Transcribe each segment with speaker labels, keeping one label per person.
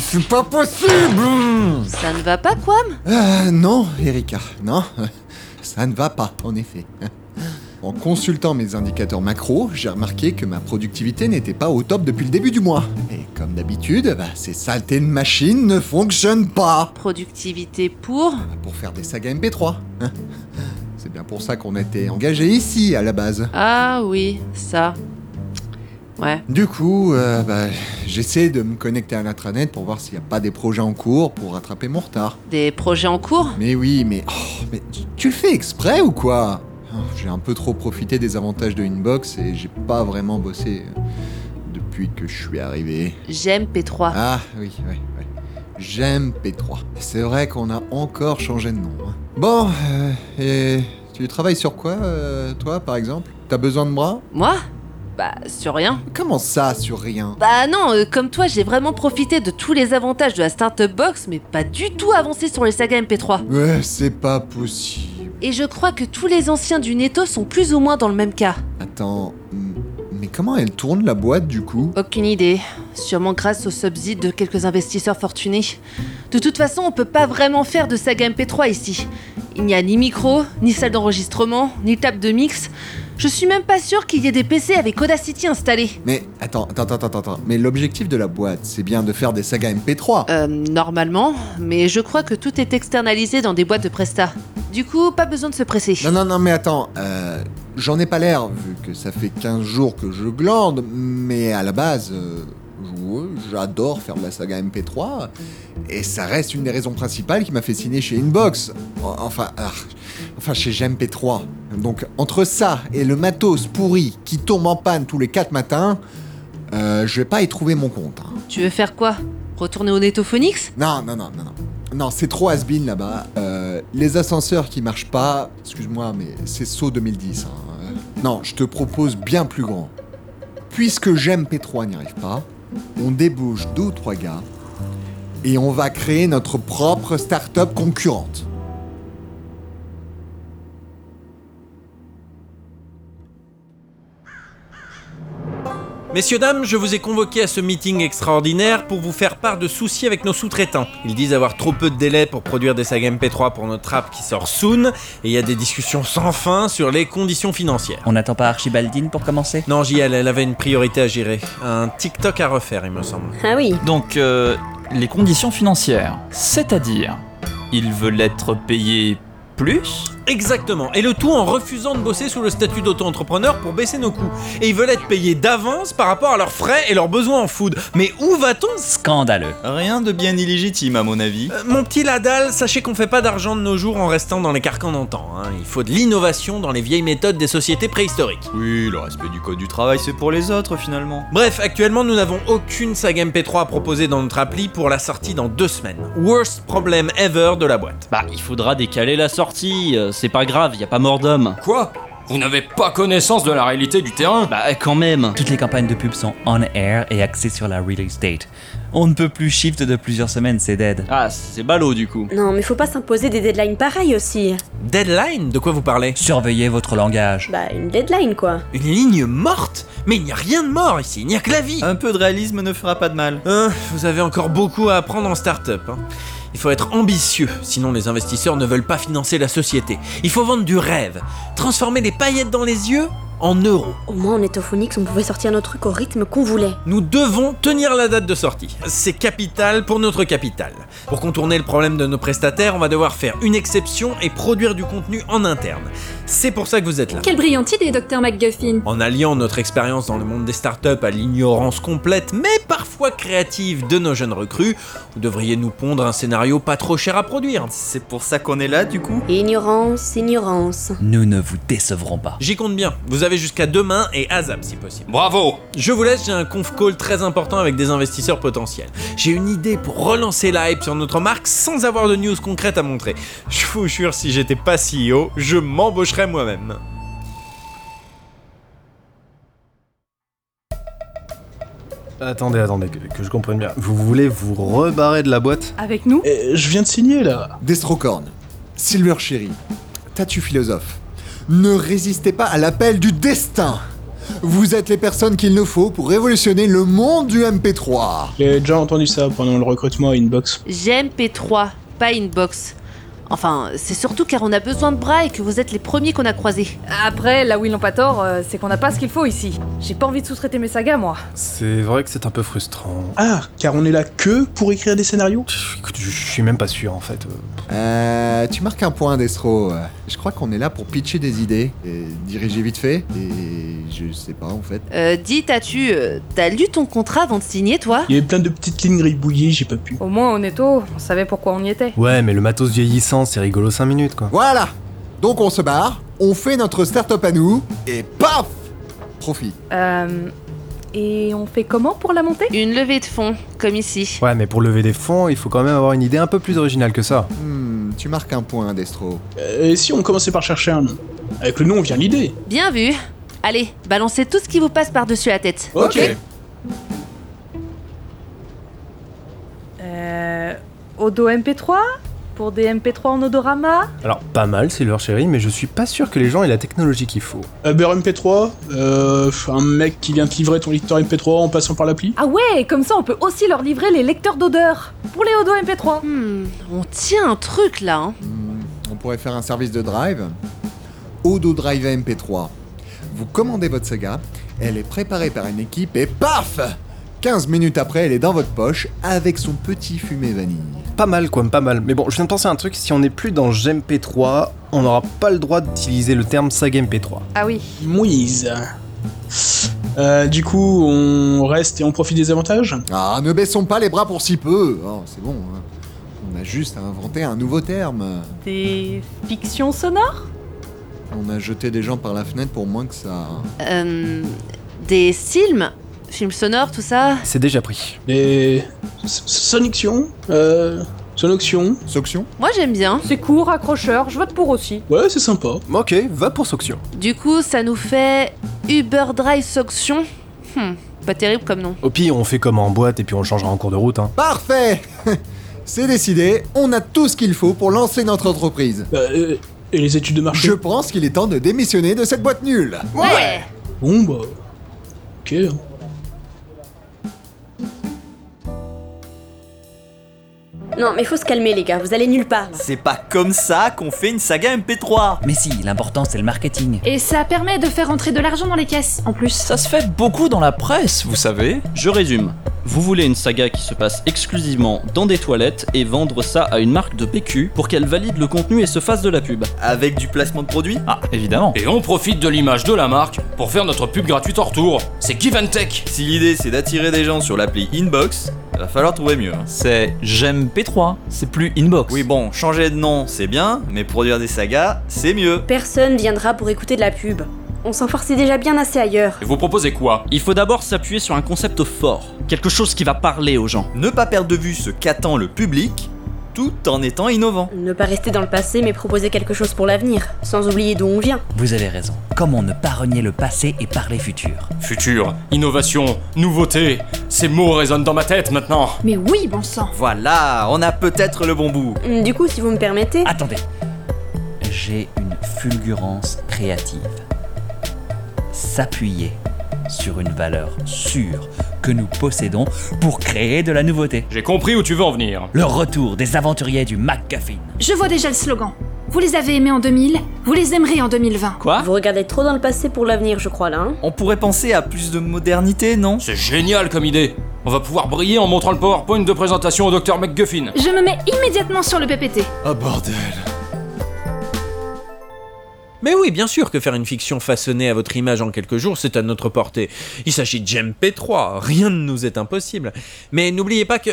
Speaker 1: c'est pas possible
Speaker 2: Ça ne va pas, Quam
Speaker 1: Euh, Non, Erika, non. Ça ne va pas, en effet. En consultant mes indicateurs macro, j'ai remarqué que ma productivité n'était pas au top depuis le début du mois. Et comme d'habitude, bah, ces saletés de machines ne fonctionnent pas
Speaker 2: Productivité pour
Speaker 1: pour faire des sagas MP3. hein. C'est bien pour ça qu'on était engagé ici à la base.
Speaker 2: Ah oui, ça. Ouais.
Speaker 1: Du coup, euh, bah, j'essaie de me connecter à l'intranet pour voir s'il n'y a pas des projets en cours pour rattraper mon retard.
Speaker 2: Des projets en cours
Speaker 1: Mais oui, mais, oh, mais tu- tu le fais exprès ou quoi Oh, J'ai un peu trop profité des avantages de Inbox et j'ai pas vraiment bossé euh, depuis que je suis arrivé.
Speaker 2: J'aime P3.
Speaker 1: Ah oui, oui, oui. J'aime P3. C'est vrai qu'on a encore changé de nom. hein. Bon, euh, et tu travailles sur quoi, euh, toi, par exemple T'as besoin de bras
Speaker 2: Moi Bah, sur rien.
Speaker 1: Comment ça, sur rien
Speaker 2: Bah non, euh, comme toi, j'ai vraiment profité de tous les avantages de la startup box, mais pas du tout avancé sur les sagas MP3.
Speaker 1: Ouais, c'est pas possible.
Speaker 2: Et je crois que tous les anciens du Netto sont plus ou moins dans le même cas.
Speaker 1: Attends, m- mais comment elle tourne la boîte, du coup
Speaker 2: Aucune idée. Sûrement grâce aux subsides de quelques investisseurs fortunés. De toute façon, on peut pas vraiment faire de saga MP3 ici. Il n'y a ni micro, ni salle d'enregistrement, ni table de mix. Je suis même pas sûre qu'il y ait des PC avec Audacity installés.
Speaker 1: Mais attends, attends, attends, attends, attends. Mais l'objectif de la boîte, c'est bien de faire des sagas MP3.
Speaker 2: Euh, normalement, mais je crois que tout est externalisé dans des boîtes de Presta. Du coup, pas besoin de se presser.
Speaker 1: Non, non, non, mais attends, euh, j'en ai pas l'air, vu que ça fait 15 jours que je glande, mais à la base, euh, ouais, j'adore faire de la saga MP3, et ça reste une des raisons principales qui m'a fait signer chez Inbox. En- Enfin, ah, enfin chez GMP3. Donc, entre ça et le matos pourri qui tombe en panne tous les 4 matins, euh, je vais pas y trouver mon compte. hein.
Speaker 2: Tu veux faire quoi Retourner au Netophonix
Speaker 1: Non, non, non, non, non. Non, c'est trop has là-bas. Euh, les ascenseurs qui marchent pas, excuse-moi, mais c'est saut 2010. hein. Euh, Non, je te propose bien plus grand. Puisque j'aime P3 n'y arrive pas, on débouche deux ou trois gars et on va créer notre propre start-up concurrente.
Speaker 3: Messieurs, dames, je vous ai convoqué à ce meeting extraordinaire pour vous faire part de soucis avec nos sous-traitants. Ils disent avoir trop peu de délai pour produire des sagas MP3 pour notre app qui sort soon, et il y a des discussions sans fin sur les conditions financières.
Speaker 4: On n'attend pas Archibaldine pour commencer
Speaker 3: Non, JL, elle avait une priorité à gérer. Un TikTok à refaire, il me semble.
Speaker 5: Ah oui,
Speaker 4: Donc, euh, les conditions financières. C'est-à-dire, ils veulent être payés plus
Speaker 3: Exactement, et le tout en refusant de bosser sous le statut d'auto-entrepreneur pour baisser nos coûts. Et ils veulent être payés d'avance par rapport à leurs frais et leurs besoins en food. Mais où va-t-on
Speaker 4: Scandaleux.
Speaker 6: Rien de bien illégitime à mon avis.
Speaker 3: Euh, Mon petit Ladal, sachez qu'on fait pas d'argent de nos jours en restant dans les carcans d'antan. hein. Il faut de l'innovation dans les vieilles méthodes des sociétés préhistoriques.
Speaker 6: Oui, le respect du code du travail, c'est pour les autres finalement.
Speaker 3: Bref, actuellement nous n'avons aucune saga MP3 à proposer dans notre appli pour la sortie dans deux semaines. Worst problem ever de la boîte.
Speaker 7: Bah, il faudra décaler la sortie, euh, c'est pas grave, y a pas mort d'homme.
Speaker 8: Quoi Vous n'avez pas connaissance de la réalité du terrain
Speaker 7: Bah, quand même.
Speaker 4: Toutes les campagnes de pub sont on-air et axées sur la release date. On ne peut plus shift de plusieurs semaines, c'est dead.
Speaker 7: Ah, c'est ballot du coup.
Speaker 5: non mais faut pas s'imposer des deadlines pareilles aussi.
Speaker 3: Deadline De quoi vous parlez
Speaker 4: Surveillez votre langage.
Speaker 5: Bah une deadline quoi.
Speaker 3: Une ligne morte Mais il n'y a rien de mort ici, il n'y a que la vie
Speaker 7: Euh,
Speaker 6: Un peu de réalisme ne fera pas de mal.
Speaker 3: Hein, vous avez encore beaucoup à apprendre en start-up. hein. Il faut être ambitieux, sinon les investisseurs ne veulent pas financer la société. Il faut vendre du rêve, transformer les paillettes dans les yeux en euros.
Speaker 5: Au moins en étophonix on pouvait sortir nos trucs au rythme qu'on voulait.
Speaker 3: Nous devons tenir la date de sortie. C'est capital pour notre capital. Pour contourner le problème de nos prestataires, on va devoir faire une exception et produire du contenu en interne. C'est pour ça que vous êtes là.
Speaker 9: Quelle brillante idée, Dr McGuffin
Speaker 3: En alliant notre expérience dans le monde des startups à l'ignorance complète, mais parfois créative, de nos jeunes recrues, vous devriez nous pondre un scénario pas trop cher à produire.
Speaker 6: C'est pour ça qu'on est là du coup
Speaker 5: Ignorance, ignorance.
Speaker 4: Nous ne vous décevrons pas.
Speaker 3: J'y compte bien. Vous avez jusqu'à demain et ASAP si possible.
Speaker 8: Bravo
Speaker 3: Je vous laisse, j'ai un conf call très important avec des investisseurs potentiels. J'ai une idée pour relancer la hype sur notre marque sans avoir de news concrètes à montrer. Je vous jure, si j'étais pas CEO, je m'embaucherais moi-même.
Speaker 10: Attendez, attendez, que, que je comprenne bien. Vous voulez vous rebarrer de la boîte
Speaker 9: Avec nous
Speaker 11: je viens de signer là.
Speaker 1: Destrocorn, Silver Chéri, Tatu Philosophe, ne résistez pas à l'appel du destin Vous êtes les personnes qu'il nous faut pour révolutionner le monde du MP3.
Speaker 11: J'ai déjà entendu ça pendant le recrutement à Inbox.
Speaker 2: GMP3, pas Inbox. Enfin, c'est surtout car on a besoin de bras et que vous êtes les premiers qu'on a croisés.
Speaker 12: Après, là où ils n'ont pas tort, euh, c'est qu'on n'a pas ce qu'il faut ici. J'ai pas envie de sous-traiter mes sagas, moi.
Speaker 10: C'est vrai que c'est un peu frustrant.
Speaker 11: Ah, car on est là que pour écrire des scénarios
Speaker 10: Écoute, je je suis même pas sûr en fait. Euh,
Speaker 1: Euh, tu marques un point, Destro. Je crois qu'on est là pour pitcher des idées, et diriger vite fait, et je sais pas en fait.
Speaker 2: Euh, dis, t'as-tu. euh, t'as lu ton contrat avant de signer, toi
Speaker 11: Il y avait plein de petites lignes gribouillées, j'ai pas pu.
Speaker 12: Au moins, on est tôt, on savait pourquoi on y était.
Speaker 10: Ouais, mais le matos vieillissant, c'est rigolo 5 minutes quoi.
Speaker 1: Voilà Donc on se barre, on fait notre start-up à nous, et paf Profit.
Speaker 12: Euh. Et on fait comment pour la monter
Speaker 2: Une levée de fonds, comme ici.
Speaker 10: Ouais, mais pour lever des fonds, il faut quand même avoir une idée un peu plus originale que ça.
Speaker 1: Hmm, tu marques un point, Destro.
Speaker 11: Euh, et si on commençait par chercher un nom Avec le nom vient l'idée.
Speaker 2: Bien vu Allez, balancez tout ce qui vous passe par-dessus la tête.
Speaker 11: Ok.
Speaker 12: Euh. Odo MP3 Pour des MP3 en odorama
Speaker 10: Alors, pas mal, c'est leur chérie, mais je suis pas sûr que les gens aient la technologie qu'il faut.
Speaker 11: Uber MP3, euh, un mec qui vient te livrer ton lecteur MP3 en passant par l'appli.
Speaker 12: Ah ouais, comme ça on peut aussi leur livrer les lecteurs d'odeur Pour les Odo MP3
Speaker 2: Hmm, on tient un truc là, hein.
Speaker 1: On pourrait faire un service de drive. Odo Drive MP3. Vous commandez votre saga, elle est préparée par une équipe et paf 15 minutes après, elle est dans votre poche avec son petit fumet vanille.
Speaker 10: Pas mal quoi, pas mal. Mais bon, je viens de penser à un truc, si on n'est plus dans GMP3, on n'aura pas le droit d'utiliser le terme saga MP3.
Speaker 12: Ah oui.
Speaker 11: Mouise. Euh, du coup, on reste et on profite des avantages
Speaker 1: Ah, ne baissons pas les bras pour si peu Oh, C'est bon, hein. on a juste à inventer un nouveau terme.
Speaker 12: Des fictions sonores
Speaker 1: On a jeté des gens par la fenêtre pour moins que ça.
Speaker 2: Euh, des films Films sonores, tout ça
Speaker 10: C'est déjà pris.
Speaker 11: Des. Soniction euh, Sonoction
Speaker 1: Soction
Speaker 2: Moi j'aime bien.
Speaker 12: C'est court, accrocheur, je vote pour aussi.
Speaker 11: Ouais, c'est sympa.
Speaker 10: Ok, va pour Soction.
Speaker 2: Du coup, ça nous fait Uber Drive Soction. Hmm, pas terrible comme nom.
Speaker 10: Au pire, on fait comme en boîte et puis on le changera en cours de route. Hein.
Speaker 1: Parfait C'est décidé, on a tout ce qu'il faut pour lancer notre entreprise.
Speaker 11: Euh, et les études de marché
Speaker 1: Je pense qu'il est temps de démissionner de cette boîte nulle.
Speaker 2: Ouais
Speaker 11: Bon, bah. Ok.
Speaker 5: Non, mais faut se calmer, les gars, vous allez nulle part. là.
Speaker 6: C'est pas comme ça qu'on fait une saga MP3
Speaker 13: Mais si, l'important c'est le marketing.
Speaker 9: Et ça permet de faire rentrer de l'argent dans les caisses, en plus.
Speaker 4: Ça se fait beaucoup dans la presse, vous savez.
Speaker 7: Je résume. Vous voulez une saga qui se passe exclusivement dans des toilettes et vendre ça à une marque de PQ pour qu'elle valide le contenu et se fasse de la pub.
Speaker 6: Avec du placement de produits
Speaker 4: Ah, évidemment.
Speaker 8: Et on profite de l'image de la marque pour faire notre pub gratuite en retour. C'est Give and Take
Speaker 6: Si l'idée c'est d'attirer des gens sur l'appli Inbox, va falloir trouver mieux. hein.
Speaker 4: C'est j'aime P3, c'est plus inbox.
Speaker 6: Oui bon, changer de nom c'est bien, mais produire des sagas c'est mieux.
Speaker 5: Personne viendra pour écouter de la pub. On s'en forçait déjà bien assez ailleurs.
Speaker 8: Et vous proposez quoi
Speaker 7: Il faut d'abord s'appuyer sur un concept fort, quelque chose qui va parler aux gens.
Speaker 6: Ne pas perdre de vue ce qu'attend le public tout en étant innovant.
Speaker 5: Ne pas rester dans le passé, mais proposer quelque chose pour l'avenir, sans oublier d'où on vient.
Speaker 13: Vous avez raison. Comment ne pas renier le passé et parler futur
Speaker 8: Futur, innovation, nouveauté. Ces mots résonnent dans ma tête maintenant.
Speaker 9: Mais oui, bon sang
Speaker 6: Voilà, on a peut-être le bon bout.
Speaker 5: Hum, Du coup, si vous me
Speaker 9: Ah.
Speaker 5: permettez,
Speaker 13: Attendez. J'ai une fulgurance créative. S'appuyer sur une valeur sûre que nous possédons pour créer de la nouveauté.
Speaker 8: J'ai compris où tu veux en venir.
Speaker 13: Le retour des aventuriers du MacGuffin.
Speaker 9: Je vois déjà le slogan. Vous les avez aimés en 2000, vous les aimerez en 2020.
Speaker 7: Quoi
Speaker 5: vous regardez trop dans le passé pour l'avenir, je crois là. hein.
Speaker 6: On pourrait penser à plus de modernité, non
Speaker 8: C'est génial comme idée. On va pouvoir briller en montrant le PowerPoint de présentation au docteur McGuffin.
Speaker 9: Je me mets immédiatement sur le PPT.
Speaker 6: Oh bordel.
Speaker 3: Mais oui, bien sûr que faire une fiction façonnée à votre image en quelques jours, c'est à notre portée. Il s'agit de GMP3, rien ne nous est impossible. Mais n'oubliez pas que...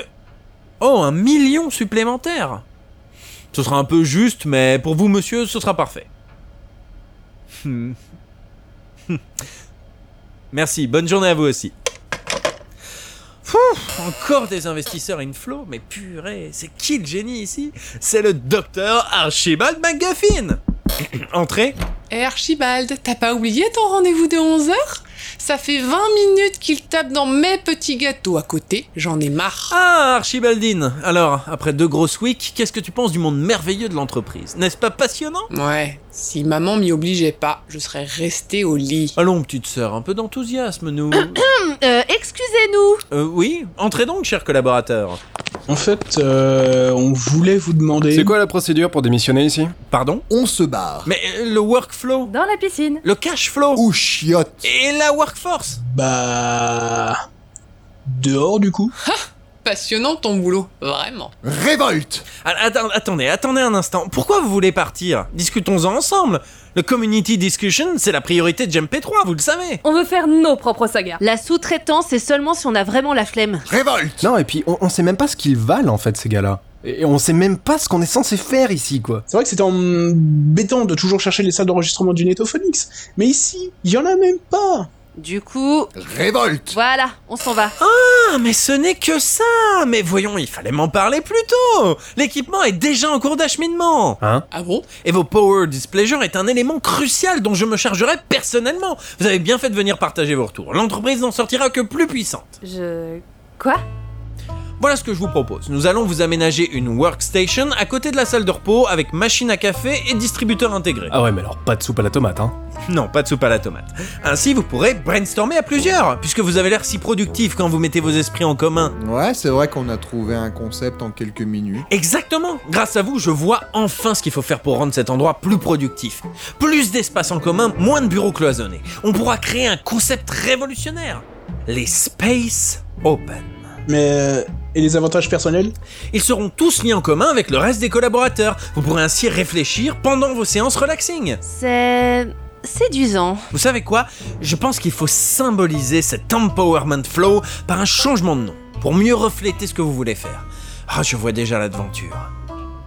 Speaker 3: Oh, un million supplémentaire Ce sera un peu juste, mais pour vous, monsieur, ce sera parfait. Hmm. Hmm. Merci, bonne journée à vous aussi. Fou, encore des investisseurs inflow, mais purée, c'est qui le génie ici C'est le docteur Archibald McGuffin Entrez
Speaker 14: Eh, Archibald, t'as pas oublié ton rendez-vous de 11h Ça fait 20 minutes qu'il tape dans mes petits gâteaux à côté. J'en ai marre.
Speaker 3: Ah, Archibaldine Alors, après deux grosses weeks, qu'est-ce que tu penses du monde merveilleux de l'entreprise N'est-ce pas passionnant
Speaker 14: Ouais, si maman m'y obligeait pas, je serais restée au lit.
Speaker 3: Allons, petite sœur, un peu d'enthousiasme, nous.
Speaker 2: Euh, excusez-nous.
Speaker 3: Euh, oui, entrez donc, cher collaborateur.
Speaker 11: En fait, euh, on voulait vous demander.
Speaker 10: C'est quoi la procédure pour démissionner ici
Speaker 3: Pardon
Speaker 1: On se barre.
Speaker 3: Mais euh, le workflow
Speaker 12: Dans la piscine.
Speaker 3: Le cash flow
Speaker 1: Ou chiotte
Speaker 3: Et la workforce
Speaker 11: Bah. Dehors du coup
Speaker 14: Passionnant ton boulot, vraiment.
Speaker 1: Révolte
Speaker 3: Ah, atten- Attendez, attendez un instant. Pourquoi vous voulez partir Discutons-en ensemble. Le community discussion, c'est la priorité de JMP3, vous le savez.
Speaker 12: On veut faire nos propres sagas.
Speaker 2: La sous-traitance, c'est seulement si on a vraiment la flemme.
Speaker 1: Révolte
Speaker 10: Non, et puis on, on sait même pas ce qu'ils valent en fait, ces gars-là. Et et on sait même pas ce qu'on est censé faire ici, quoi.
Speaker 11: C'est vrai que c'était embêtant de toujours chercher les salles d'enregistrement du Netophonix, mais ici, il y en a même pas
Speaker 2: Du coup,
Speaker 1: Révolte
Speaker 2: voilà, on s'en va.
Speaker 3: Ah, mais ce n'est que ça Mais voyons, il fallait m'en parler plus tôt L'équipement est déjà en cours d'acheminement
Speaker 10: Hein
Speaker 14: Ah bon
Speaker 3: Et vos power displeasure est un élément crucial dont je me chargerai personnellement. Vous avez bien fait de venir partager vos retours. L'entreprise n'en sortira que plus puissante.
Speaker 12: Je. Quoi
Speaker 3: Voilà ce que je vous propose. Nous allons vous aménager une workstation à côté de la salle de repos avec machine à café et distributeur intégré.
Speaker 10: Ah ouais, mais alors pas de soupe à la tomate, hein.
Speaker 3: Non, pas de soupe à la tomate. Ainsi, vous pourrez brainstormer à plusieurs, puisque vous avez l'air si productif quand vous mettez vos esprits en commun.
Speaker 1: Ouais, c'est vrai qu'on a trouvé un concept en quelques minutes.
Speaker 3: Exactement Grâce à vous, je vois enfin ce qu'il faut faire pour rendre cet endroit plus productif. Plus d'espace en commun, moins de bureaux cloisonnés. On pourra créer un concept révolutionnaire. Les Space Open.
Speaker 11: Mais. euh, Et les avantages personnels
Speaker 3: Ils seront tous mis en commun avec le reste des collaborateurs. Vous pourrez ainsi réfléchir pendant vos séances relaxing.
Speaker 2: C'est séduisant.
Speaker 3: Vous savez quoi Je pense qu'il faut symboliser cet empowerment flow par un changement de nom, pour mieux refléter ce que vous voulez faire. Ah, je vois déjà l'aventure.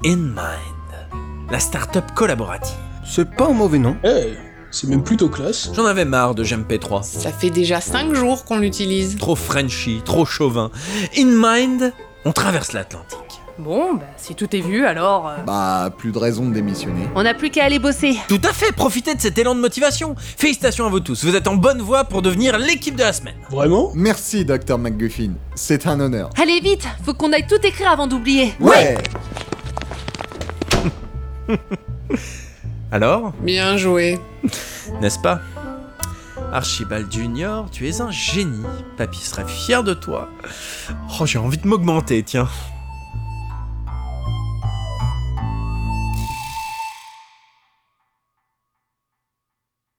Speaker 3: In Mind, la start-up collaborative.
Speaker 10: C'est pas un mauvais nom.
Speaker 11: Eh, c'est même plutôt classe.
Speaker 3: J'en avais marre de JMP3.
Speaker 14: Ça fait déjà 5 jours qu'on l'utilise.
Speaker 3: Trop Frenchy, trop chauvin. In Mind, on traverse l'Atlantique.
Speaker 12: Bon, bah, si tout est vu, alors. euh,
Speaker 1: Bah, plus de raison de démissionner.
Speaker 2: On n'a plus qu'à aller bosser.
Speaker 3: Tout à fait, profitez de cet élan de motivation. Félicitations à vous tous, vous êtes en bonne voie pour devenir l'équipe de la semaine.
Speaker 11: Vraiment
Speaker 1: Merci, Dr McGuffin. C'est un honneur.
Speaker 2: Allez vite, faut qu'on aille tout écrire avant d'oublier.
Speaker 1: Ouais
Speaker 3: Alors,
Speaker 14: Bien joué.
Speaker 3: n'est-ce pas Archibald Junior, tu es un génie. Papy serait fier de toi. Oh, j'ai envie de m'augmenter, tiens.